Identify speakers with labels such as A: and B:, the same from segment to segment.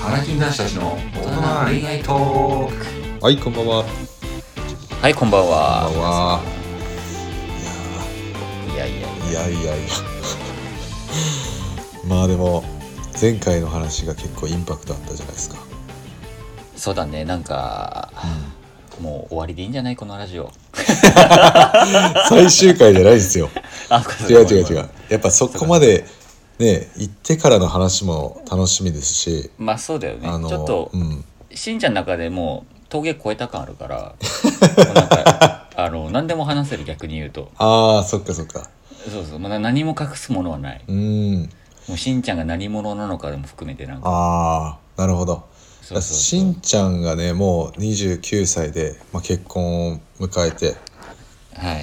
A: 花金男子たちの大人恋愛トーク
B: はい、こんばんは。
C: はい、こんばんは。
B: はい
C: やいや、
B: いやいやいや。 まあでも、前回の話が結構インパクトあったじゃないで すか。
C: そうだね、なんか、もう終わりでいいんじゃないこのラジオ。
B: 最終回じゃないですよ。
C: あ、
B: 違う違う違う。。やっぱそこまで、ね、行ってからの話も楽しみですし、
C: まあそうだよね。
B: あの、
C: ちょっと
B: う、ん。
C: しんちゃんの中でもう峠越えた感ある から、もうなんか、あの、何でも話せる逆に言うと。
B: ああ、そっかそっか。
C: そうそう、まだ何も隠すものはない。
B: うん。
C: もうしんちゃんが何者なのかでも含めてなんか。
B: ああ、なるほど。
C: そうそう
B: しんちゃんがね、もう29歳で、まあ、結婚を迎えて、
C: はい。
B: ま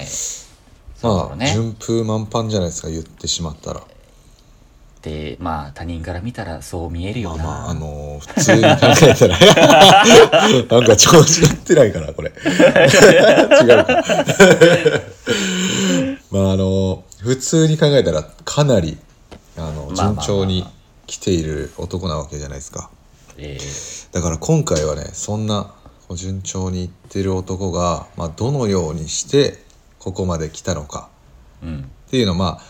C: そ
B: あ、
C: うね。
B: 順風満帆じゃないですか、言ってしまったら。
C: で、まあ他人から見たらそう見えるよな。
B: まあ、あのー普通に考え たら、なんか調子乗ってないかな、これ。違うか。まあ、あのー普通に考えたら、かなり、あの、
C: まあまあまあ
B: 順調に来ている男なわけじゃないですか。
C: えー
B: だから今回はね、そんな、こう順調にいってる男が、まあ、どのようにして、ここまで来たのか。
C: うん。
B: っていうのは、まあ、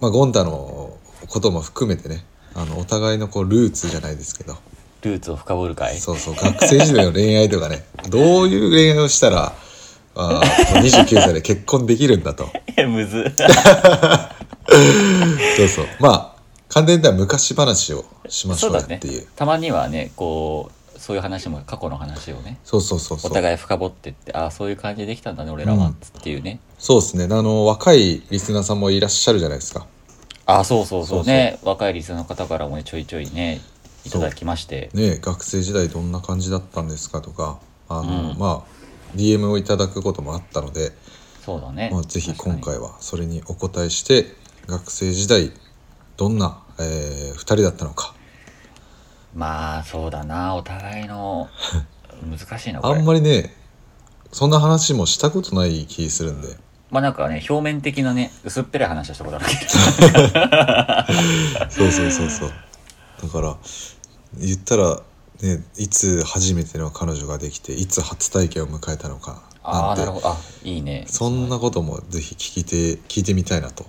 B: まあ、ゴンタのことも含めてね、あの、お互いのこう、ルーツじゃないですけど、
C: ルーツを深掘るかい
B: そうそう、学生時代の恋愛とかね、どういう恋愛をしたら、あー29歳で結婚できるんだと。
C: いや、 むず。
B: そうそう。まあ、完全には昔話をしましょうよっていう。
C: たまにはねこうそういう話も過去の話をね
B: そうそうそうそ
C: お
B: う。
C: 互い深掘ってってああそういう感じできたんだね俺らは、
B: うん
C: っていうね
B: そうですね。あの、若いリスナーさんもいらっしゃるじゃないですか。
C: ああそうそうそうね若いリスナーの方からもねちょいちょいねいただきまして
B: ねえ学生時代どんな感じだったんですかとか、あの、
C: うん
B: まあ、DM をいただくこともあったので、
C: そうだね、
B: まあ、ぜひ今
C: 確かに
B: 回はそれにお答えして学生時代どんな、え2人だったのか
C: まあそうだなお互い の難しいなこ
B: あ
C: れ
B: ん
C: ま
B: まりねそんな話もしたことない気するんで
C: あなんかね表面的なね薄っぺらい話はしたことあるけど
B: そうそうそうそうだから言ったら、ね、いつ初めての彼女ができていつ初体験を迎えたのか
C: あ
B: な
C: あ
B: んて
C: なるほどあいいね
B: そんなこともぜひ聞いて聞いてみたいなと、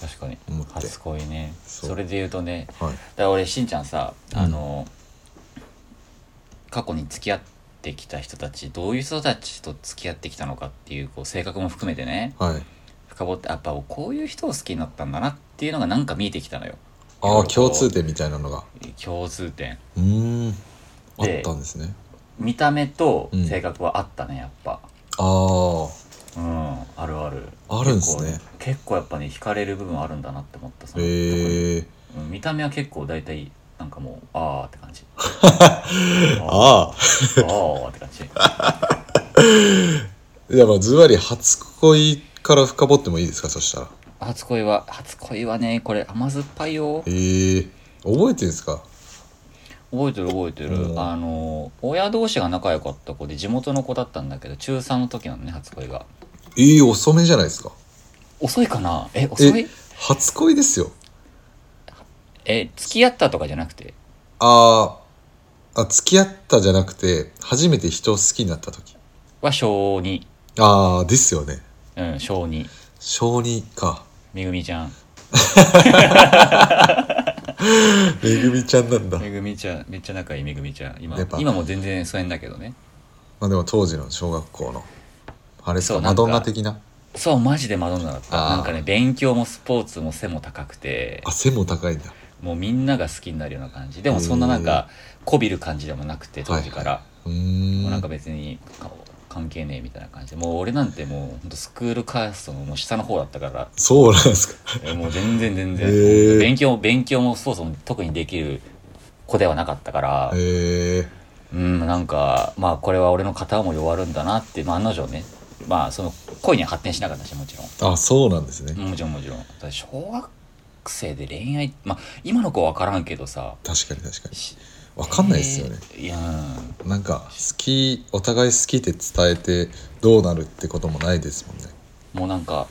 C: 確かに
B: 思って
C: 初恋ね
B: そ
C: そうれで言うとね
B: はい、
C: だから俺しんちゃんさ、
B: うん
C: あの過去に付き合ってきた人たちどういう人たちと付き合ってきたのかっていうこう性格も含めてね
B: はい、
C: 深掘ってやっぱこういう人を好きになったんだなっていうのがなんか見えてきたのよ
B: ああ
C: いろいろ
B: 共
C: こう
B: 通点みたいなのが
C: 共通点
B: うーんあっ
C: で
B: たんですね
C: 見た目と
B: うん
C: 性格はあったねやっぱ
B: ああ
C: うんあるある
B: あるんですね
C: 結構結構やっぱね惹かれる部分あるんだなって思ったその
B: へえー、
C: うん見た目は結構大体なんかもうああって 感じあーあ
B: あ
C: ーって感じ
B: あ。いや、まあ、ズバリ初恋から深掘ってもいいですか、そしたら。
C: 初恋は初恋はねこれ甘酸っぱいよ
B: ええ覚えてるんですか
C: 覚えてる覚えてる、
B: うん
C: あの親同士が仲良かった子で地元の子だったんだけど中3の時なのね初恋が
B: ええ遅めじゃないですか。
C: 遅いかなえ遅い
B: 初恋ですよ。
C: え付き合ったとかじゃなくて
B: ああ、あ、付き合ったじゃなくて、初めて人を好きになった時。
C: は小2
B: ああ、ですよね。
C: うん小2
B: 小児か。
C: めぐみちゃん
B: めぐみちゃんなんだ。
C: めぐみちゃんめっちゃ仲いいめぐみちゃん今
B: やっぱ
C: 今も全然疎遠だけどね
B: まあでも当時の小学校の、あれです
C: そ
B: か、
C: うな
B: マ
C: んか
B: ドンナ的な。
C: そうマジでマドンナだった
B: あー
C: なんかね勉強もスポーツも背も高くて
B: あ、背も高いんだ。
C: もうみんなが好きになるような感じでもそんななんかこびる感じでもなくて当時から、
B: うーん。
C: もうなんか
B: あ
C: 別にか関係ねえみたいな感じでもう俺なんてもうほんとスクールカーストのもう下の方だった から
B: そうなんですか。
C: えもう全然全然、
B: へえ
C: 勉強も勉強もそもそも特にできる子ではなかったから、
B: ええ
C: うんなんかまあこれは俺の肩も弱るんだなって、まあ、案の定ねまあその恋には発展しなかったしもちろん
B: あ、そうなんですね。
C: もちろんもちろんだから小学生で恋愛まあ今の子は分からんけどさ
B: 確かに確かに。
C: し
B: わかんないですよね。
C: えーいやうん
B: なんか好きお互い好きって伝えてどうなるってこともないですもんね
C: もうなんか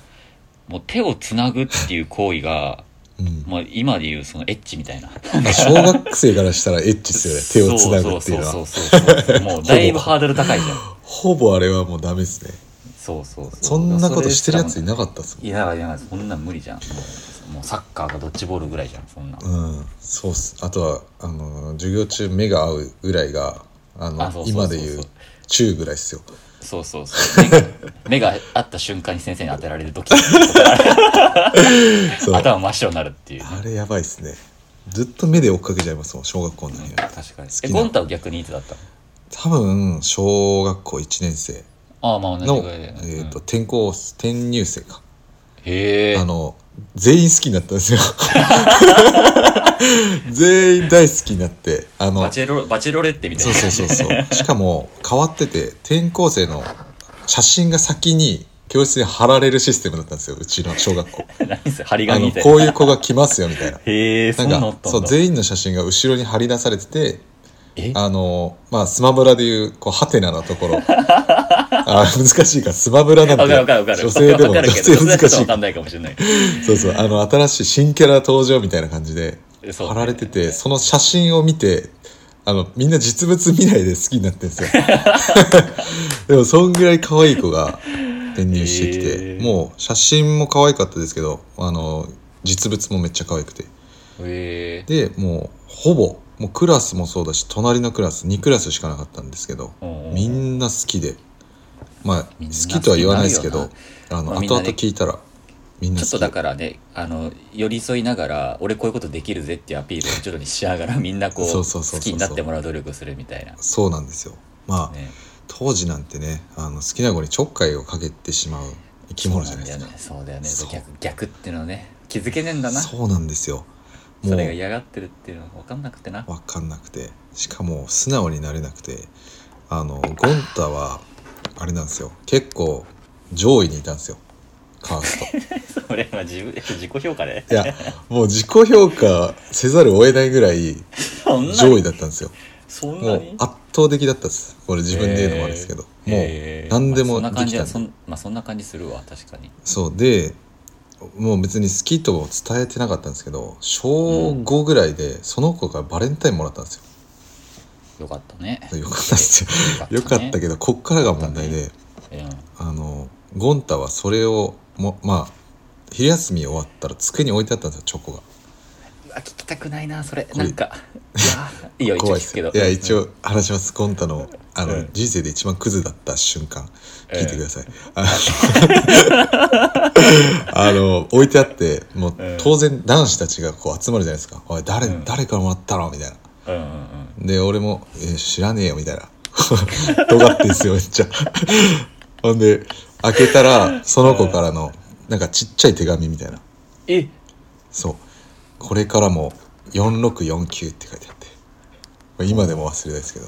C: もう手をつなぐっていう行為が
B: うん
C: まあ、今で言うそのエッチみたいな。
B: まあ小学生からしたらエッチですよね手をつなぐっていうの
C: そうそ
B: は
C: うそう そう。もうだいぶハードル高いじゃん。
B: ほぼあれはもうダメですね
C: そうそうそう。
B: そんなことしてるやつい
C: い
B: なかったっすもん
C: いやいや、そんなん無理じゃん。もうもうサッカーかドッジボールぐらいじゃん、そんなん。
B: うん、そうっすあとはあの授業中目が合うぐらいがあの
C: あそうそうそうそう
B: 今で言う中ぐらいっすよ
C: そうそうそう。 目が目が合った瞬間に先生に当てられる時
B: そう
C: 頭真っ白になるっていう。
B: あれやばいっすねずっと目で追っかけちゃいますもん小学校の時は
C: 確かに
B: 好。き
C: え、
B: な
C: ゴンタは逆にいつだったの
B: 多分小学校1年生
C: ああ、まあ同じ
B: の、
C: ぐらいだよね。
B: えー、と
C: うん
B: 転校転入生か、
C: へえ。
B: あの全員好きになったんですよ 全員大好きになってあの
C: バチェロ、バチェロレッテみたい
B: そう
C: な。
B: そうそうそう。 しかも変わってて、転校生の写真が先に教室に貼られるシステムだったんですよ、うちの小学校。
C: 何それ張り
B: あ
C: 紙
B: の、
C: みたいな。
B: こういう子が来ますよ、みたいな。
C: へえ、そ
B: なんん
C: なのあ
B: か
C: っ、た
B: そ
C: ん
B: う、
C: だ。
B: 全員の写真が後ろに貼り出されてて、
C: え
B: あの、まあ、スマブラでいう、こう、ハテナのと ころ。あ、難しいか、スマブラなんて
C: わかるわかるわかる。
B: 女性でも、
C: わか
B: 女
C: るけど、
B: 性
C: 女性
B: 難
C: だと
B: しい
C: わか
B: か。
C: んないかもしれない。
B: そうそう、あの、新しい新キャラ登場みたいな感じで、
C: そう
B: 貼られてて、その写真を見て、あの、みんな実物見ないで好きになってる んですよ。でも、そんぐらい可愛い子が転入してきて、
C: へー
B: もう写真も可愛かったですけど、あの、実物もめっちゃ可愛くて。
C: へえ。
B: で、もう、ほぼ、もうクラスもそうだし、隣のクラス、2クラスしかなかったんですけど、
C: うんうん
B: みんな好きで、まあ、好
C: みんな
B: きとは言わないですけ
C: 好
B: ど
C: き、
B: あの、
C: まあみん
B: 後
C: な
B: 々
C: ね
B: 聞いたら、みんな
C: ちょ
B: 好
C: っ
B: き
C: とだからね、あの、寄り添いながら、俺こういうことできるぜっていうアピールを徐々にしながら、みんなこう、
B: そうそうそうそうそう
C: 好きになってもらう努力をするみたいな。
B: そうなんですよ。まあ、
C: ね、
B: 当時なんてねあの好きな子にちょっかいをかけてしまう生き物じゃないですか
C: そうだよね。
B: そ
C: そううだよね。逆、逆っていうのはね、気づけねえんだな。そ
B: そうなんですよもう
C: れが嫌がってるっていうのが分かんなくてな。
B: 分かんなくてしかも素直になれなくてあのゴンタはあれなんですよ結構上位にいたんですよカ ースト
C: それは自分、自己評価で。
B: いやもう自己評価せざるを得ないぐらい
C: そんな
B: 上位
C: に
B: だったんですよ
C: そん
B: も
C: な
B: う
C: に
B: 圧倒的だったですこれ自分で言うのもあれですけど、
C: へえ
B: もう何でも
C: まあそんな
B: で
C: 感
B: き
C: じ
B: た
C: は
B: んで
C: そんまあそんな感じするわ、確かに。
B: そうでもう別に好きとは伝えてなかったんですけど小5ぐらいでその子からバレンタインもらったんです
C: よかったね。
B: よ、よかったですよよ
C: よ
B: か
C: か
B: っ
C: ったね
B: たけどこっからが問題で、
C: うん
B: あのゴンタはそれをもまあ昼休み終わったら机に置いてあったんですよチョコが
C: うわ聞きたくないなそれ
B: こ
C: な
B: れ
C: んかいやいいよ一応
B: 怖いで
C: 聞く
B: す
C: けど
B: いや一応話しますゴンタのあの、
C: うん
B: 人生で一番クズだった瞬間聞いてください、あの あの置いてあってもう
C: うん
B: 当然男子たちがこう集まるじゃないですか「おい誰,、
C: うん
B: 誰からもらったの?」みたいな
C: うんうんうん
B: で俺も、えー知らねえよ」みたいな 尖ってんすよめっちゃ ほんで開けたらその子からのなんかちっちゃい手紙みたいな
C: え
B: そうこれからも4649って書いてあってこれ今でも忘れないですけど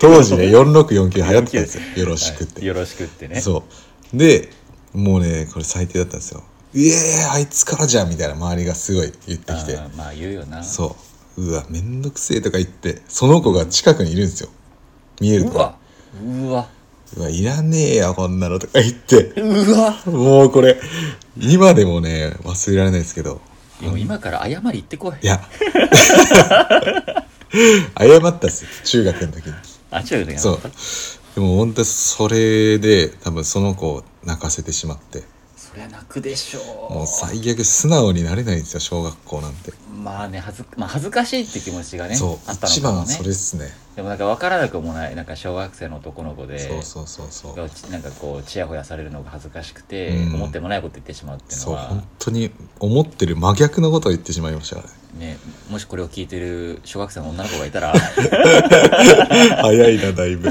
B: 当時ね4649流行ってたんですよよろしくって
C: はいよろしくってね
B: そうでもうねこれ最低だったんですよ「いえー、あいつからじゃん」みたいな周りがすごい言ってきて
C: あーまあ言うよな
B: そううわめんどくせえとか言ってその子が近くにいるんですよ見える
C: う
B: から
C: わうわ
B: うわいらねえよこんなのとか言って
C: うわ
B: もうこれ今でもね忘れられないですけど
C: でも今から謝り行ってこい
B: いや 謝ったっす中学の時に
C: あ違うね
B: そうでも本当それで多分その子を泣かせてしまって
C: そりゃ泣くでし
B: も
C: ょ
B: う最悪素直になれないんですよ小学校なんて、
C: うまあね恥ず,、まあ、恥ずかしいって気持ちがね
B: そ
C: あ
B: う
C: ったの
B: 一
C: か
B: 番
C: も
B: は
C: ね
B: それっすね、
C: でもなんか分からなくもないなんか小学生の男の子で
B: そうそうそうそう
C: なんかこうちやほやされるのが恥ずかしくて、
B: うん
C: 思ってもないこと言ってしまうっていうの
B: そう
C: は
B: 本当に思ってる真逆のことを言ってしまいましたからね
C: ね、もしこれを聞いてる小学生の女の子がいたら
B: 早いなだ いぶ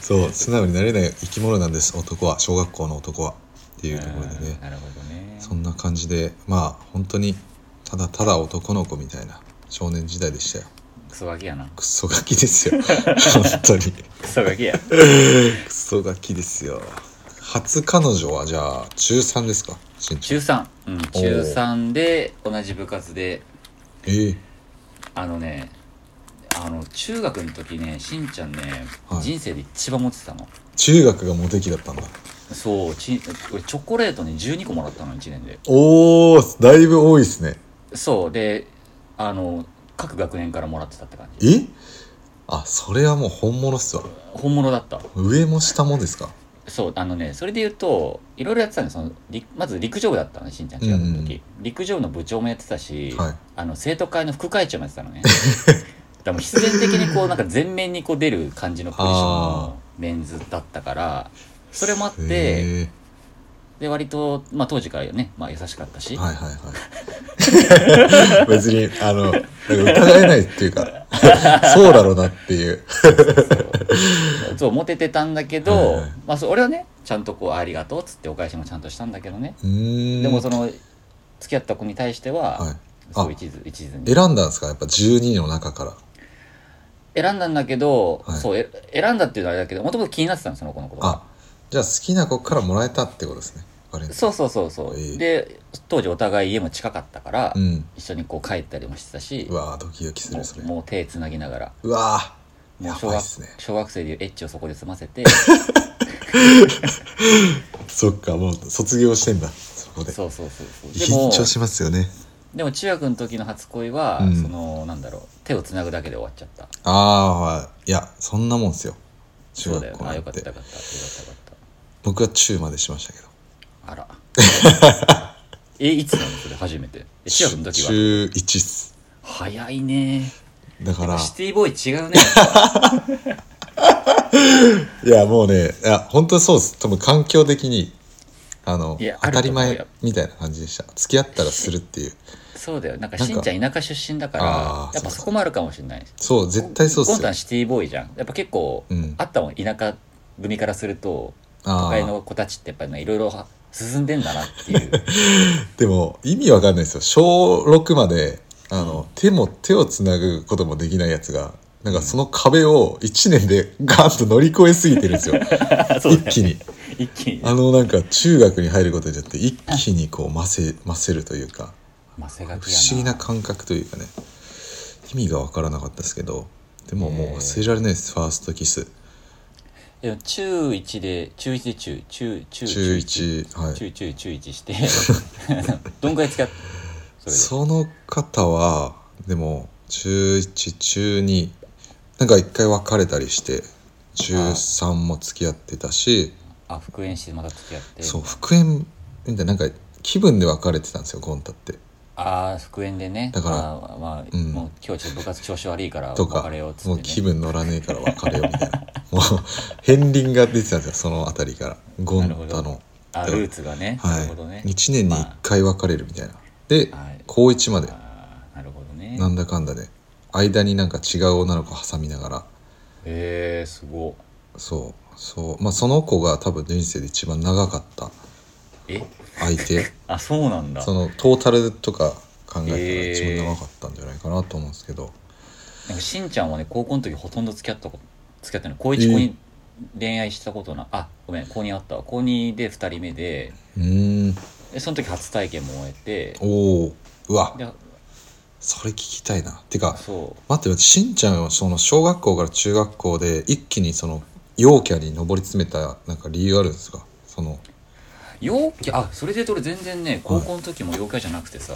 B: そう素直になれない生き物なんです男は小学校の男はっていうところでね
C: うんなるほどね
B: そんな感じでまあ本当にただただ男の子みたいな少年時代でしたよ
C: クソガキやな
B: クソガキですよ本当に
C: クソガキや
B: クソガキですよ初彼女はじゃあ中3ですか身長
C: 中3、うん、中3で同じ部活で
B: ええ
C: あのねあの中学の時ねしんちゃんね、
B: はい
C: 人生で一番モテてたの
B: 中学がモテ期だったんだ
C: そうち俺チョコレートに12個もらったの1年で
B: おおだいぶ多いですね
C: そうであの各学年からもらってたって感じ
B: えあそれはもう本物っすわ
C: 本物だった
B: 上も下もですか
C: そうあのねそれで言うといろいろやってたんですそのりまず陸上部だったのねしんちゃん中学の時、陸上部の部長もやってたし、
B: はい
C: あの生徒会の副会長もやってた のねだからもう必然的にこうなんか全面にこう出る感じのポジションのメンズだったからそれもあって
B: へ
C: で割と、まあ、当時からね、まあ、優しかったし、
B: ーはいはいはい 別にあのなんか疑えないっていうか そうだろうなっていう
C: そうモテてたんだけど、
B: はいはい
C: まあ、そう俺はねちゃんとこうありがとうっつってお返しもちゃんとしたんだけどね、
B: うーん
C: でもその付き合った子に対しては、
B: はい
C: そう一途一途に
B: 選んだんですかやっぱ12の中から
C: 選んだんだけど、
B: はい
C: そうえ選んだっていうのはあれだけどもともと気になってたのその子のことが
B: あじゃあ好きな子からもらえたってことですねバレンタイン
C: そうそうそうそう、
B: ええ
C: で当時お互い家も近かったから、
B: うん
C: 一緒にこう帰ったりもしてたし
B: うわードキドキす
C: も
B: るそれ
C: うもう手つなぎながら
B: うわー
C: も
B: や
C: う小
B: ばいっ
C: 学
B: すね
C: 小学生でいうエッチをそこで済ませて
B: そっかもう卒業してんだそこで
C: そうそうそうそうで
B: 緊
C: も
B: 張しますよね
C: でも中学の時の初恋は、
B: うん
C: そのなんだろう手をつなぐだけで終わっちゃった
B: ああいやそんなもんっすよ中
C: そうだ
B: 学
C: よ
B: 校
C: あ
B: な
C: よ
B: ん
C: かった
B: て
C: よかったよかったよかっ
B: 僕は中までしましたけど
C: たあ らえいつなのそれ初めてえ中学の時は
B: 中1っす
C: 早いね
B: だから
C: シティボーイ違うね
B: いやもうねいや本当にそうです多分環境的にあの
C: いやあ
B: 当
C: ると思
B: たり
C: う
B: 前
C: よ
B: みたいな感じでした付き合ったらするっていう
C: そうだよなんか
B: なん
C: し
B: か
C: んちゃん田舎出身だから
B: あ
C: やっぱ
B: ーそうそう
C: そこもあるかもしれない
B: そう絶対そうっ
C: ゴン
B: す
C: タ
B: よ
C: ンシティボーイじゃんやっぱ結構、
B: うん
C: あったもん田舎組からすると都
B: あ
C: 会
B: あ
C: の子たちってやっぱりねいろいろ進んでんだなっていう
B: でも意味わかんないですよ小6まであの手も手をつなぐこともできないやつがなんかその壁を1年でガーンと乗り越えすぎてるんですよ
C: そう
B: 一
C: だよ
B: 気に
C: 一気に
B: あのなんか中学に入ることによって一気にこうませませるというか
C: まあ背書きやな
B: 不思議な感覚というかね意味がわからなかったですけどでももう忘れられないですファーストキス
C: でも中1で中1で中中中
B: 中1はい
C: 中中中1して どんぐらい使っそれで
B: その方はでも中1中2なんか一回別れたりして中3も付き合ってたし
C: あ復縁してまた付き合って
B: そう復縁みたいななんか気分で別れてたんですよゴンタって
C: ああ復縁でね
B: だから
C: あーまあ、
B: うん
C: もう今日ちょっと部活調子悪いから
B: とか
C: 別れようっつって、ね、
B: もう気分乗らねえから別れようみたいな もう片鱗が出てたんですよその辺りからゴン
C: な
B: タ
C: るほ
B: の
C: ど。あルーツがね、
B: は
C: ないるほどね
B: 1年に1回別れるみたいなで、
C: はい
B: 高1まで
C: あーなるほどね
B: なんだかんだで間になんか違う女の子挟みながら
C: へえすご
B: そうそうまあその子が多分人生で一番長かった
C: え
B: 相手
C: あ そうなんだ
B: そのトータルとか考えたら
C: へー
B: 一番長かったんじゃないかなと思うんですけど、
C: なんかしんちゃんはね高校の時ほとんど付き合ったこと付き合ったの高一高二恋愛したことなあごめん高二あったわ高二で2人目で
B: うーん
C: でその時初体験も終えて
B: おおうわ
C: で
B: それ聞きたいなてか
C: そ
B: 待って待ってしんちゃんはその小学校から中学校で一気にその陽キャに上り詰めたなんか理由あるんですかその
C: う陽キャあそれで言うと俺全然ね高校の時も陽キャじゃなくてさ、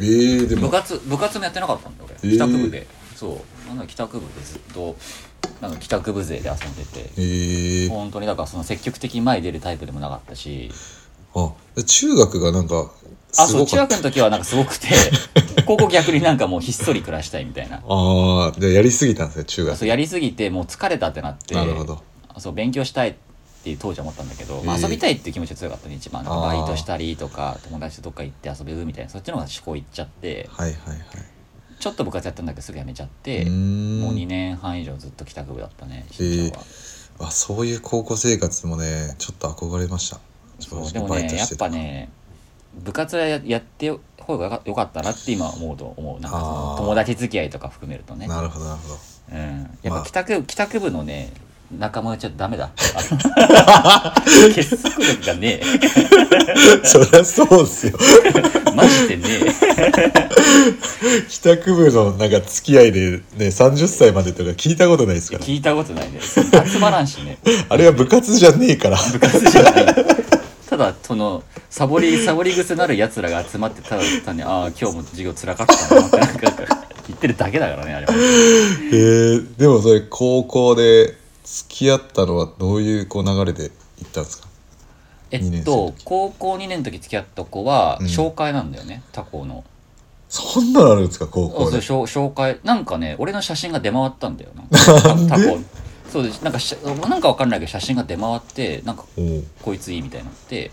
B: えー、で
C: 部
B: も
C: 活部活もやってなかったんだ俺
B: ー
C: 帰宅部で、そうなんだ帰宅部でずっとなんか帰宅部勢で遊んでて
B: えー、
C: 本当にだからその積極的に前に出るタイプでもなかったし
B: あ中学がなんか
C: あ
B: す
C: そう
B: ご
C: 中
B: かっ
C: 学
B: た
C: の時はなんかすご くて高校逆になんかもうひっそり暮らしたいみたいな
B: ああーじゃあやりすぎたんですね中学
C: そうやりすぎてもう疲れたってなって
B: なるほど
C: そう勉強したいっていう当時は思ったんだけど、まあ
B: へえ
C: 遊びたいっていう気持ちが強かったね一番なんか
B: あ
C: バ
B: ー
C: イトしたりとか友達とどっか行って遊べるみたいなそっちの方が思考いっちゃって
B: はいはいはい
C: ちょっと部活やったんだけどすぐやめちゃって
B: うーん
C: もう2年半以上ずっと帰宅部だったねしんちゃんは。
B: あそういう高校生活もねちょっと憧れました正
C: そう
B: 直
C: でも
B: バイト
C: ねやっ
B: してた
C: ぱね部活はややってよ方がよかったなって今思うと思うなんかその
B: あー
C: 友達付き合いとか含めるとね、
B: なるほどなるほど
C: うん、やっぱ
B: まあ
C: 帰宅,、帰宅部のね仲間はちょっとダメ だ結束力がね
B: そりゃそうですよ
C: マ残してね
B: 帰宅部のなんか付き合いでね30歳までとか聞いたことないですから
C: 聞いたことないね集まらんしね
B: あれは部活じゃねえから
C: 部活じゃないただそのサボりサボり癖のあるやつらが集まってただ単にああ今日も授業つらかったなってなんか言ってるだけだからねあれは
B: えー、でもそれ高校で付き合ったのはどういうこう流れで行ったんですか
C: え
B: 二年
C: っ
B: 生の
C: と
B: 時
C: 高校2年の時付き合った子は
B: うん
C: 紹介なんだよね、他校の
B: そんなのあるんですか高
C: そう
B: 校
C: そ
B: で
C: うしょ紹介なんかね俺の写真が出回ったんだよ な他校そうですなんかしなんかわかんないけど写真が出回ってなんか
B: おう
C: こいついいみたいになって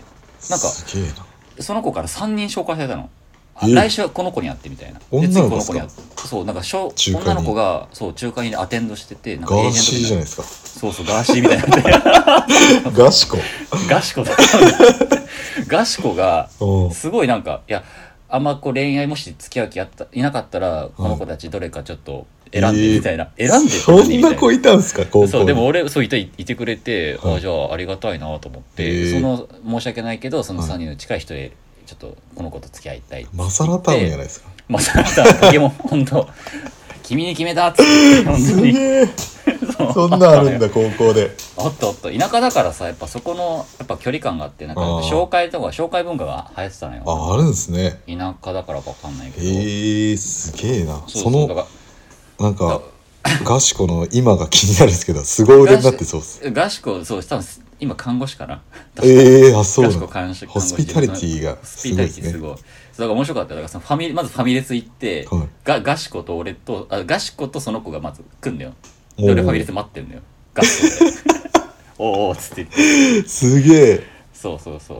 C: なんか
B: すげえな
C: その子から3人紹介されたの。あ
B: え
C: 来週はこの子に会ってみたいな。で
B: 女の子
C: 次こに会ってそう、なんかしょ
B: 仲介人
C: 女の子が、そう、仲介人でアテンドしてて、なんか
B: ガーシーじゃない
C: い
B: ですか
C: そうそう、ガーシーみたいになって。
B: ガシコ
C: ガシコだ。 ガシコが、
B: おう
C: すごいなんか、いや、あんまこう恋愛もし付き合う気やったいなかったら、この子たちどれかちょっと選んでみたいな。選んで
B: そんな
C: みたい
B: 子いたんですか高校に
C: そうでも俺そういていてくれて、
B: はい
C: あじゃあありがたいなと思って、
B: へえ
C: その申し訳ないけどその
B: はい
C: 3人の近い人でちょっとこの子と付き合いたい
B: マサラタウンじゃないですか
C: まあささポケモン本当 君に決めたっつって本当
B: す
C: に
B: げえそんなんあるんだ高校で
C: おっとおっと田舎だからさやっぱそこのやっぱ距離感があってなんか
B: あー
C: 紹介とか紹介文化が流行ってたのよ
B: ああるんですね
C: 田舎だからかわかんないけど、
B: えー、すげえな
C: そう
B: そ
C: そうだか
B: のなんかガシコの今が気になるんですけどすご腕になってそうっす
C: らガシコそう多分今看護師かな
B: ええー、あそ
C: ガ
B: うな
C: シ
B: ん
C: コ
B: だ
C: 看護師
B: ホスピタリティが
C: ホス
B: す
C: ピ
B: ご
C: タ
B: いで
C: リテ
B: す
C: ィす
B: ね
C: ごいそうだから面白かったよだからそのファミまずファミレス行って、
B: はい
C: がガシコと俺とあガシコとその子がまず来んだよ
B: お
C: で
B: ー
C: 俺ファミレス待ってんだよガシコでお ーおーっつって言って
B: すげえ
C: そうそうそう。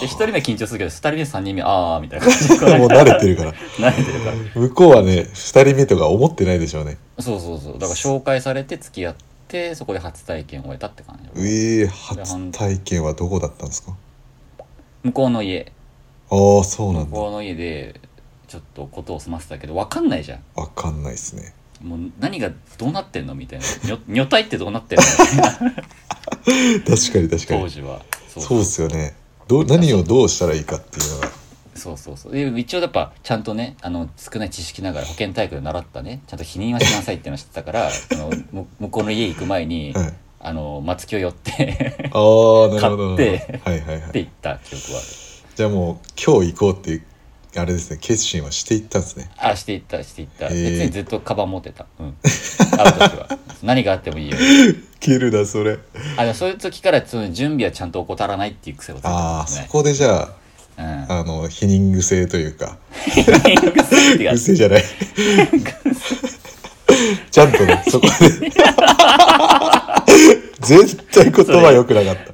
C: で、一人目緊張するけど、二人目、三人目、あーみたいな感じで。
B: もう慣れてるから
C: 慣れてるから。
B: 向こうはね二人目とか思ってないでしょうね
C: そうそうそう。だから紹介されて付き合って、そこで初体験を終えたって感じ。
B: ええー、初体験はどこだったんですか
C: 向こうの家。
B: ああそうな
C: 向
B: んだ
C: こうの家で、ちょっとことを済ませたけど、わかんないじゃん。
B: わかんないですね
C: もう何がどうなってんのみたいな。 女女体ってどうなってんのみたいな
B: 確かに確か
C: 当
B: に
C: 時は。そ
B: そうですよねどう何をどうしたらいいかっていうのが
C: そうそうそうで一応やっぱちゃんとねあの少ない知識ながら保健体育で習ったねちゃんと否認はしなさいっていうのを知ってたからあのむ向こうの家行く前に、
B: はい
C: あの松木を寄って
B: ああなるほどな
C: 買
B: る
C: っ
B: ほ
C: て
B: どはいはいは
C: って
B: い
C: 言った記憶は
B: じゃあもう今日行こうっていうあれですね決心はしていったんですね
C: あるあしていったしていった
B: へ
C: 別
B: ー
C: にずっとカバン持ってたうんある時は何があってもいいよ
B: 切るなそれ
C: あでもそういう時からその準備はちゃんと怠らないっていう癖をつけ
B: あ
C: たん
B: あ
C: です
B: そ
C: ね
B: こでじゃ
C: う
B: あ
C: ん
B: あの否認癖というか
C: 癖っていうか
B: 癖じゃない ちゃんとねそこで絶対言葉良くなかった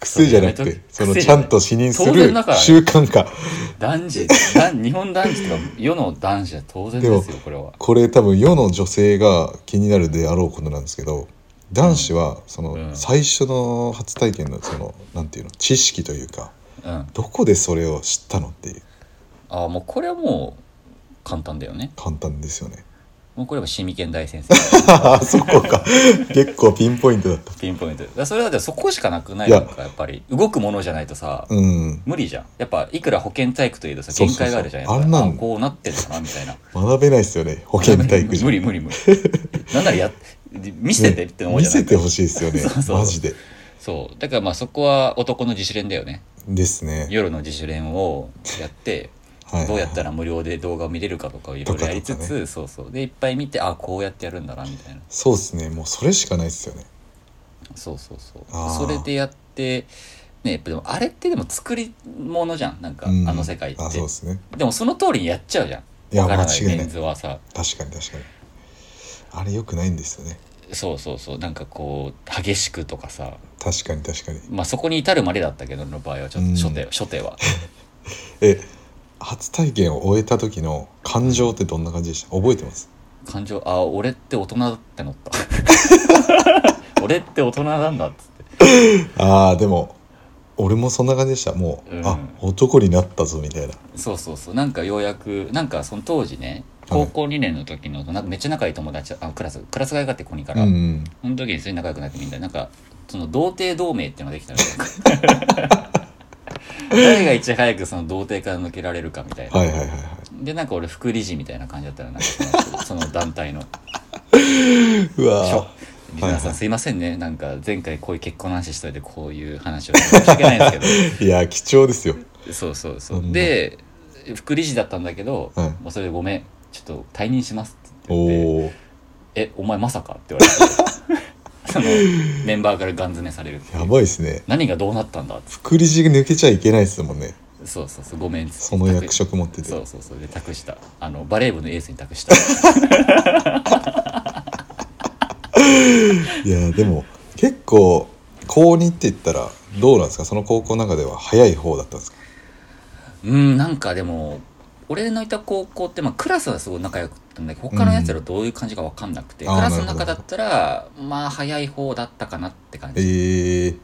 B: 癖じゃなく
C: それ
B: て
C: やめと
B: その
C: 癖
B: ち
C: じゃ
B: ゃ
C: ない
B: んと否認す
C: 当
B: る
C: 然だからね
B: 習慣か
C: 男児男日本男児とか世の男児は当然です
B: で
C: よこれは
B: これ多分世の女性が気になるであろうことなんですけど男子はその
C: ん
B: 最初の初体験のそのなんていうの知識というか
C: うんあ
B: どこでそれを知ったのっていう
C: あもうこれはもう簡単だよね
B: 簡単ですよね
C: もうこれはシミケン大先生
B: ああそこか結構ピンポイントだった
C: ピンポイントでだからそれだってそこしかなくないのかやっぱり動くものじゃないとさ、
B: うん
C: 無理じゃんやっぱいくら保健体育といえどさ
B: そう
C: 限
B: そうそう
C: 界があるじゃん
B: あんな
C: やっぱ
B: ん
C: あこうなってんだなみたいな
B: 学べないですよね保健体育じゃ
C: 無理無理無理なんならや見せてって思う
B: 見
C: じゃない、
B: せてほしいですよ ね
C: そうそう
B: マジで
C: そうだからまあそこは男の自主練だよね
B: ですね
C: 夜の自主練をやって
B: はい
C: どうやった
B: ら
C: ら無料で動画を見れるかとかをいろいろやりつ
B: とか
C: つ
B: とか
C: そうそうでいっぱい見てあこうやってやるんだなみたいな
B: そうですねもうそれしかないですよね
C: そうそうそう
B: あー
C: それでやってねやっぱでもあれってでも作り物じゃんなんか、
B: うん
C: あの世界って
B: あそうですね
C: でもその通りにやっちゃうじゃん
B: いや
C: わからな
B: 間違いない
C: メンズはさ
B: 確かに確かにあれよくないんですよね
C: そうそうそうなんかこう激しくとかさ
B: 確かに確かに
C: まあそこに至るまでだったけどの場合はちょっ
B: うん
C: と初手,、初手は
B: え初体験を終えた時の感情ってどんな感じでした覚えてます
C: 感情あ俺って大人だってなった 俺って大人なんだっつって
B: あーでも俺もそんな感じでしたもう、
C: うん
B: あ男になったぞみたいな
C: そうそうそうなんかようやくなんかその当時ね高校2年の時のなんかめっちゃ仲いい友達あクラスクラス替えがあって子にから、
B: うんうん
C: その時にすごい仲良くなってみんななんかその童貞同盟っていうのができたのよ 誰がいち早くその童貞から抜けられるかみたいな、
B: はいはいはいはい
C: でなんか俺副理事みたいな感じだったらなんかそのその団体の
B: うわ
C: しょ
B: ー
C: リスナーさん、すいませんねなんか前回こういう結婚の話しといてこういう話をして申し訳ないんですけど
B: いや貴重ですよ
C: そうそうそ
B: そん
C: う
B: な
C: で副理事だったんだけど、
B: はい
C: もうそれでごめんちょっと退任しますって
B: お
C: 言って
B: おー
C: 「えお前まさか?」って言われ てそのメンバーからガン詰めされるっていう
B: やばいですね
C: 何がどうなったんだっつっ
B: 副理事抜けちゃいけないですもんね
C: てそうそうそうごめんっつって
B: その役職持って
C: 託
B: て
C: そうそうそうで託したあのバレー部のエースに託した
B: いやでも結構高2って言ったらどうなんですかその高校の中では早い方だったんですか
C: うんなんかでも俺のいた高校って、まあ、クラスはすごい仲良くったんだけど他のやつらどういう感じか分かんなくて、
B: うんあー
C: クラスの中
B: なる
C: だ
B: ほど
C: ったらまあ早い方だったかなって感じ、
B: ええ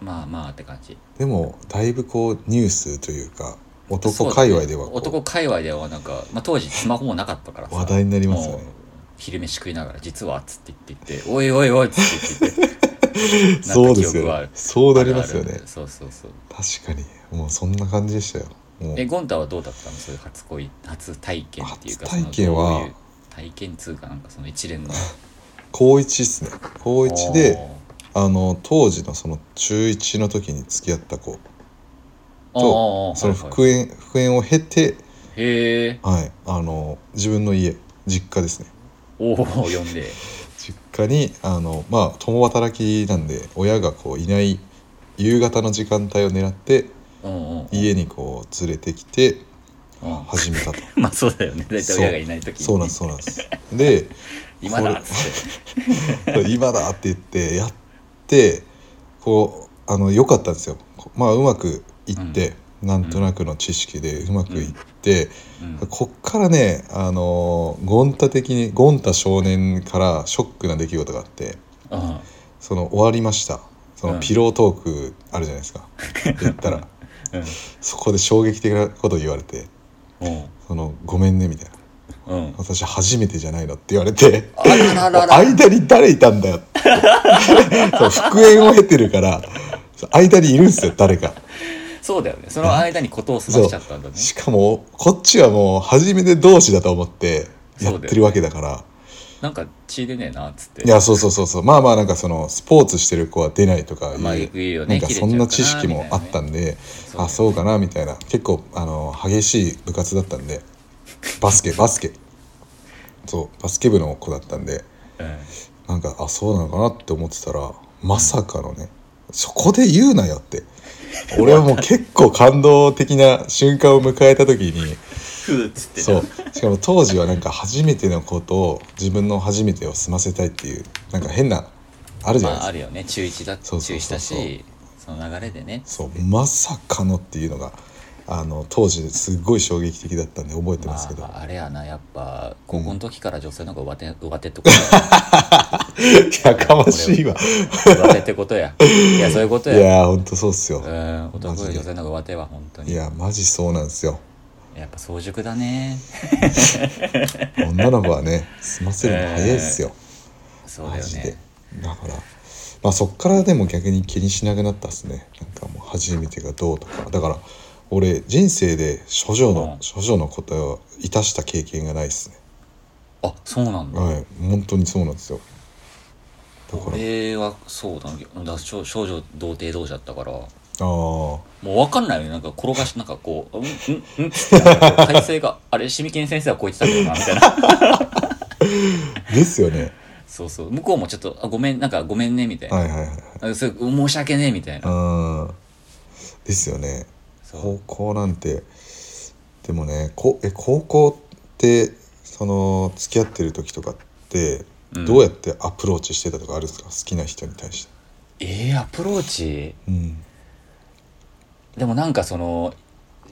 C: まあまあって感じ
B: でもだいぶこうニュースというか
C: そう
B: 男
C: だね
B: 界隈ではこう
C: 男界隈ではなんか、まあ、当時スマホもなかったからさ
B: 話題になりますよ
C: もう
B: ね
C: 昼飯食いながら「実は」っつって言って言って「おいおいおい」っつって言って言って
B: そう
C: なんか
B: です
C: 記憶は
B: よ
C: あ
B: ね
C: る
B: そうなりますよ
C: ある
B: ね
C: あるそうそうそう
B: 確かにもうそんな感じでしたよもう
C: えゴンタはどうだったのそういう初恋初体験っていうか
B: 初体験は
C: そのどういう体験っつうかなんかその一連の
B: 高1っすね高1で
C: あ
B: あの当時のその中1の時に付き合った子
C: ーあー
B: その
C: はいはい
B: 復縁復縁を経て
C: へえ
B: はいあの自分の家実家ですね
C: おお読んで
B: 実家にあのまあ共働きなんで親がこういない夕方の時間帯を狙って
C: うんうん
B: 家にこう連れてきて
C: うん
B: 始めたと
C: まあそうだよね大体親がいない時に
B: そうなんですそうなんですで
C: 今だっつって
B: 今だって言ってやってこうあの良かったんですよこまあうまくいって、なんとなくの知識でうまくいって、
C: うん
B: こっからねあのーゴンタ的にゴンタ少年からショックな出来事があって
C: うん
B: その終わりましたそうの
C: ん
B: ピロートークあるじゃないです か、言ったら
C: うん
B: そこで衝撃的なこと言われて
C: うん
B: 「そのごめんね」みたいな
C: うん
B: 「私初めてじゃないの」って言われて。
C: あらららら
B: 間に誰いたんだよって そう復縁を経てるからそう間にいるんですよ誰か
C: そうだよねその間に事を済ましちゃったんだね
B: しかもこっちはもう初めて同士だと思ってやってるわけだから
C: なんか血出ねえなっつって
B: いやそうそうそうそうまあまあなんかそのスポーツしてる子は出ないとかいう、
C: まあ言うよ
B: な
C: ね
B: んかそんな知識もあったんで、あ
C: う
B: そうかなみたいな結構あの激しい部活だったんでバスケバスケそうバスケ部の子だったんで
C: だよね、
B: なんかあそうなのかなって思ってたらまさかのね、そこで言うなよって俺はもう結構感動的な瞬間を迎えた時に
C: うん、ふうっつって
B: そうしかも当時はなんか初めてのことを自分の初めてを済ませたいっていうなんか変なあるじゃない
C: まあ、
B: です
C: あ
B: か、
C: るよね中1だ
B: そうそうそうそう
C: 中1だしその流れでね
B: そうまさかのっていうのがあの当時すっごい衝撃的だったんで覚えて
C: ま
B: ますけど、
C: あ、あれやなやっぱ高校の時から女性の方が上手 上手ってことや
B: やかましいわ
C: 上手ってことやいやそういうこと
B: い
C: や
B: やーほんとそうっすよ、
C: うん男より女性の方が上手は本当に
B: いやマジそうなんですよ
C: やっぱ早熟だね
B: 女の子はね済ませるの早いっすよ、
C: そうだよね
B: だからまあそっからでも逆に気にしなくなったっすねなんかもう初めてがどうとかだから俺人生で処女の、
C: うん
B: 処女の答えをいたした経験がないっすね
C: あそうなんだ、
B: はい本当にそうなんですよだからあ
C: 俺はそうだねだ少少女童貞同士だったからも
B: あー
C: う分かんないよねなんか転がしなんかこう「うんうんうん」ってなんかこう体勢が「あれシミケン先生はこう言ってたけどな」みたい な
B: ですよね
C: そうそう向こうもちょっと「あごめんなんかごめんね」みたいな
B: はいはいはい
C: 「あそれ申し訳ね」みたいな
B: うんですよね
C: そう
B: 高校なんてでもねこえ高校ってその付き合ってる時とかって
C: うん
B: どうやってアプローチしてたとかあるんですか、好きな人に対して。
C: えー、アプローチ
B: うん、
C: でもなんかその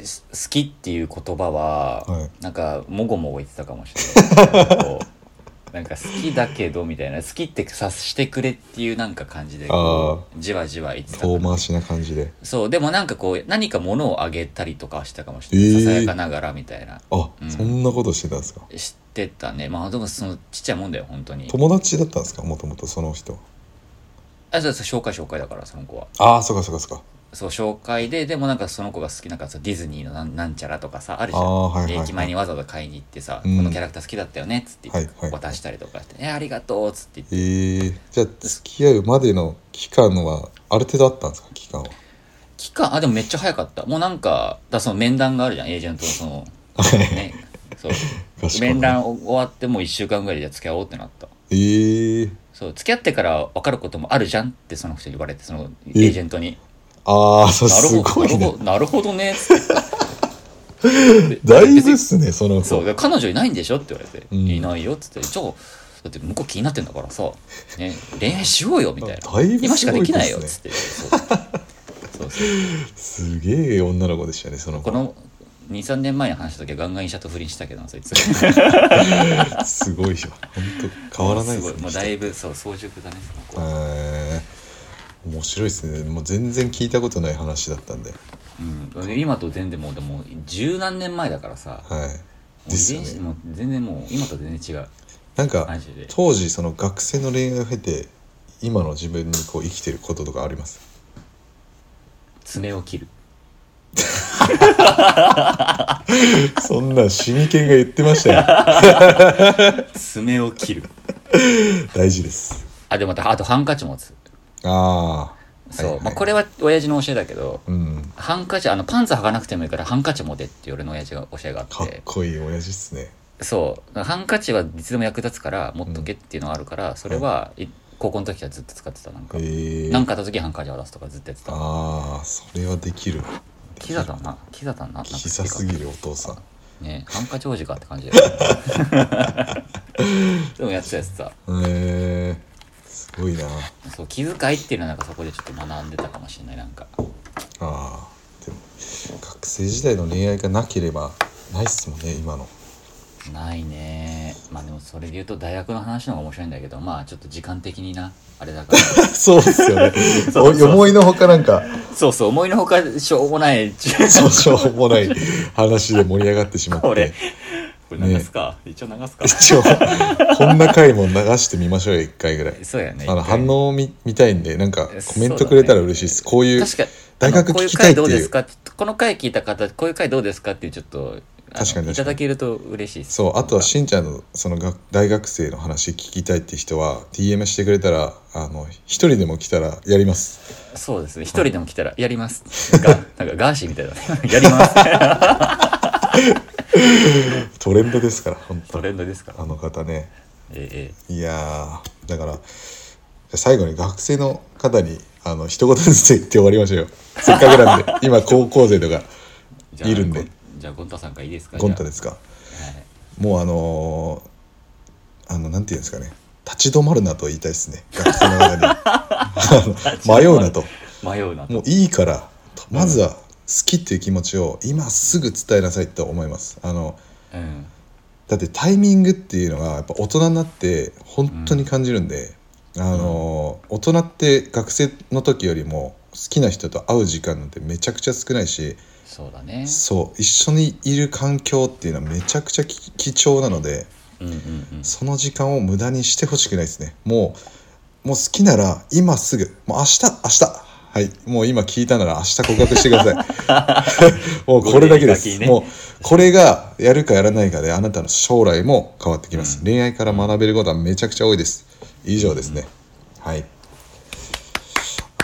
C: す好きっていう言葉は、
B: はい
C: なんかもごもご言ってたかもしれな いなんかこうなんか好きだけどみたいな好きって察してくれっていうなんか感じでこうじわじわ言ってたか
B: 遠
C: な
B: 回しな感じで。
C: そうでもなんかこう何か物をあげたりとかはしてたかもしれない、
B: えー
C: ささやかながらみたいな
B: あ、
C: うん
B: そんなことしてたんですか。
C: 知ってたねまあでもそのちっちゃいもんだよ本当に
B: 友達だったんですか、もともとその人。
C: あそうそう紹介紹介だからその子は
B: ああ、そうかそうかそうか。
C: そう紹介ででもなんかその子が好きなんかさディズニーのなんなんちゃらとかさあるじゃん、
B: あーはいはい
C: で
B: はい
C: 駅前にわざわざ買いに行ってさ、
B: うん
C: このキャラクター好きだったよねっつって
B: はいはい
C: 渡したりとかして「えありがとう」っつって言って
B: えー、じゃあ付き合うまでの期間はある程度あったんですか期 間は
C: 期間あでもめっちゃ早かったもうなんかだその面談があるじゃんエージェントのその ねそう
B: 確かに
C: 面談終わってもう1週間ぐらいで付き合おうってなった
B: えー、
C: そう付き合ってから分かることもあるじゃんってその人に言われてそのエ
B: え
C: ージェントに
B: ああ
C: 「
B: そう
C: な
B: す
C: るほ
B: ご
C: ど、
B: い
C: なる
B: ね
C: ほどなるほどね」っつって
B: だい
C: 別
B: ぶっ
C: に
B: すねその
C: そ
B: 子
C: うで彼女いないんでしょって言われて「
B: うん
C: いないよ」っつって「じゃあだって向こう気になってんだからさ、ね、恋愛しようよ」みたいな
B: あだいぶすごいですね
C: 今しかできないよ」っつってそうそうそう
B: すげえ女の子でしたねその子
C: この23年前に話した時はガンガン医者と不倫したけどなそいつ
B: すごいよ本当変わらないですす
C: ご
B: ね
C: もうだいぶそう早熟だねその子
B: えー面白いですねもう全然聞いたことない話だったんで
C: うん、今と全然もうでも十何年前だからさ
B: はい
C: もう遺
B: ですよ
C: 伝子
B: ね
C: もう全然もう今と全然違う
B: なんか
C: マジで
B: 当時その学生の恋愛を経て今の自分にこう生きてることとかあります
C: 爪を切る
B: そんなん死に犬が言ってました よ
C: 爪を切る
B: 大事です
C: あでまたあとハンカチ持つ
B: ああ
C: そう、まあ、これは親父の教えだけど
B: うん
C: ハンカチあのパンツ履かなくてもいいからハンカチ持てって俺の親父が教えがあ
B: か
C: っ
B: ってこいい親父っすね
C: そうハンカチはいつでも役立つから持っとけっていうのがあるから、それはい高校の時はずっと使ってたなんか、
B: えー、
C: なんかあった時ハンカチ渡すとかずっとやってた
B: ああそれはできるわ
C: キザだなキザだななんか
B: キザすぎるお父さん
C: ねハンカチ王子かって感じだよね でもやってたやつさ
B: えー、すごいな
C: そう気遣いっていうのはなんかそこでちょっと学んでたかもしれないなんか
B: あーでも学生時代の恋愛がなければないっすもんね今の
C: ないねまあでもそれで言うと大学の話の方が面白いんだけどまあちょっと時間的になあれだから
B: そうっすよね
C: そうそう
B: お思いのほかなんか
C: そうそう思いのほかしょうもない
B: そうしょうもない話で盛り上がってしまって
C: これこれ
B: ね
C: 流すか、一応流すか
B: 一応こんな回も流してみましょうよ一回ぐらい
C: そうやね
B: あの
C: 一回
B: 反応を見見たいんでなんか
C: え
B: コメントくれたら嬉しいですこういう
C: 確か
B: 大学
C: あのこう
B: 聞
C: いう
B: きた
C: 回
B: いって
C: どうで
B: い
C: す
B: う
C: かこの回聞いた方こういう回どうですかっていうちょっとあの
B: 確かに確かに
C: いただけると嬉しいです
B: そうあと
C: な
B: は
C: んか
B: しんちゃんのその学大学生の話聞きたいって人は DM してくれたらあの一人でも来たらやります
C: そうですね一人でも来たらやり ますがなん かガーシーみたいだねやります
B: トレンドですから本当
C: トレンドですから
B: あの方ね
C: えええ
B: いやーだから最後に学生の方にあの一言ずつ言って終わりましょうよせっかくなんで今高校生とか
C: えじゃあ
B: いるんで
C: ゴンじゃあゴンタさんからいいですか
B: ゴンタ
C: で
B: ですか
C: す、はい
B: もうあのーあのなんていうんですかね立ち止まるなと言いたいですね学生の方にあの迷うなと。
C: 迷うなと
B: もういいからとまずは好きっていう気持ちを今すぐ伝えなさいと思いますあの
C: うん
B: だってタイミングっていうのがやっぱ大人になって本当に感じるんで、あの大人って学生の時よりも好きな人と会う時間なんてめちゃくちゃ少ないし
C: そうだね
B: そう一緒にいる環境っていうのはめちゃくちゃき貴重なので
C: うんうんうん
B: その時間を無駄にしてほしくないですねもうもう好きなら今すぐもう明日明日はいもう今聞いたなら明日告白してください もうこれだけです、
C: ゴールデンウィーク明けにね
B: もうこれがやるかやらないかであなたの将来も変わってきます、恋愛から学べることはめちゃくちゃ多いです以上ですね、はい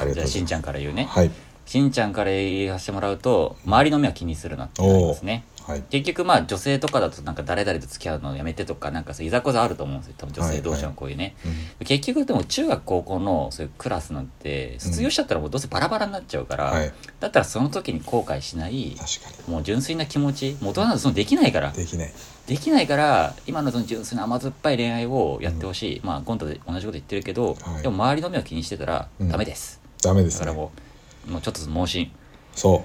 B: あ
C: じゃあ
B: りがとうござ
C: し
B: い
C: ん
B: ます
C: ちゃんから言うね、
B: はい
C: しんちゃんから言わせてもらうと周りの目は気にするなってなりますね
B: はい
C: 結局まあ女性とかだとなんか誰々と付き合うのやめてとかなんかそういざこざあると思うんですよ多分女性同士のこういうね、結局でも中学高校のそういうクラスなんて卒業しちゃったらもうどうせバラバラになっちゃうから、
B: はい
C: だったらその時に後悔しない
B: 確か
C: もう純粋な気持ちもう大人なんてそのできないから
B: にできない
C: できないから今のその純粋な甘酸っぱい恋愛をやってほしい、まあゴンタで同じこと言ってるけど、
B: はい
C: でも周りの目を気にしてたら
B: うん
C: ダメです、
B: ダメで
C: だ
B: す
C: から
B: ね
C: もうもうちょっと盲信
B: そ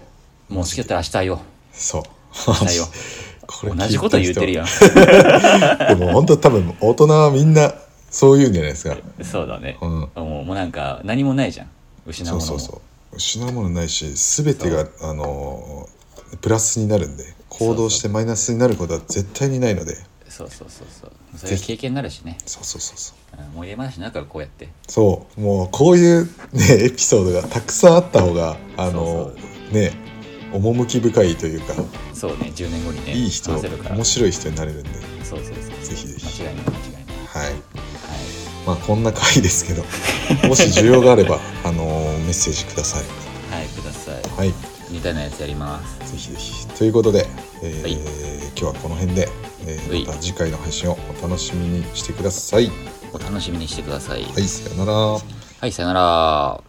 C: もう好きだったら明日よ
B: うそう
C: 明日よ
B: こ
C: 同じこと言うてる
B: やん
C: やん
B: でも本当多分大人はみんなそう言うんじゃないですか。
C: そうだね、
B: うん。
C: もうもうなんか何もないじゃん失う
B: そ
C: も
B: う
C: のも
B: そうそう。失うものないし、すべてがあのープラスになるんで、行動してマイナスになることは絶対にないので、
C: そうそうそうそうそういう経験になるしね、
B: そうそうそうそう
C: うん、思い出話になるからこうやって
B: そうもうこういうねエ ピソードがたくさんあった方があの
C: そう
B: ね趣深いというか
C: そうね10年後にね
B: いい人
C: 話せるから
B: 面白い人になれるんで
C: そうそうそう
B: ぜひぜひ
C: 間違いない間違いない
B: はい
C: はい
B: まあこんな回ですけどもし需要があればあのメッセージください
C: はい、ください。
B: はい
C: 似たようなやつやります。
B: ぜひぜひということで、えー
C: はい
B: 今日はこの辺で、えー
C: はい
B: また次回の配信をお楽しみにしてください
C: お楽しみにしてください。
B: はいさよなら
C: はい、さよなら。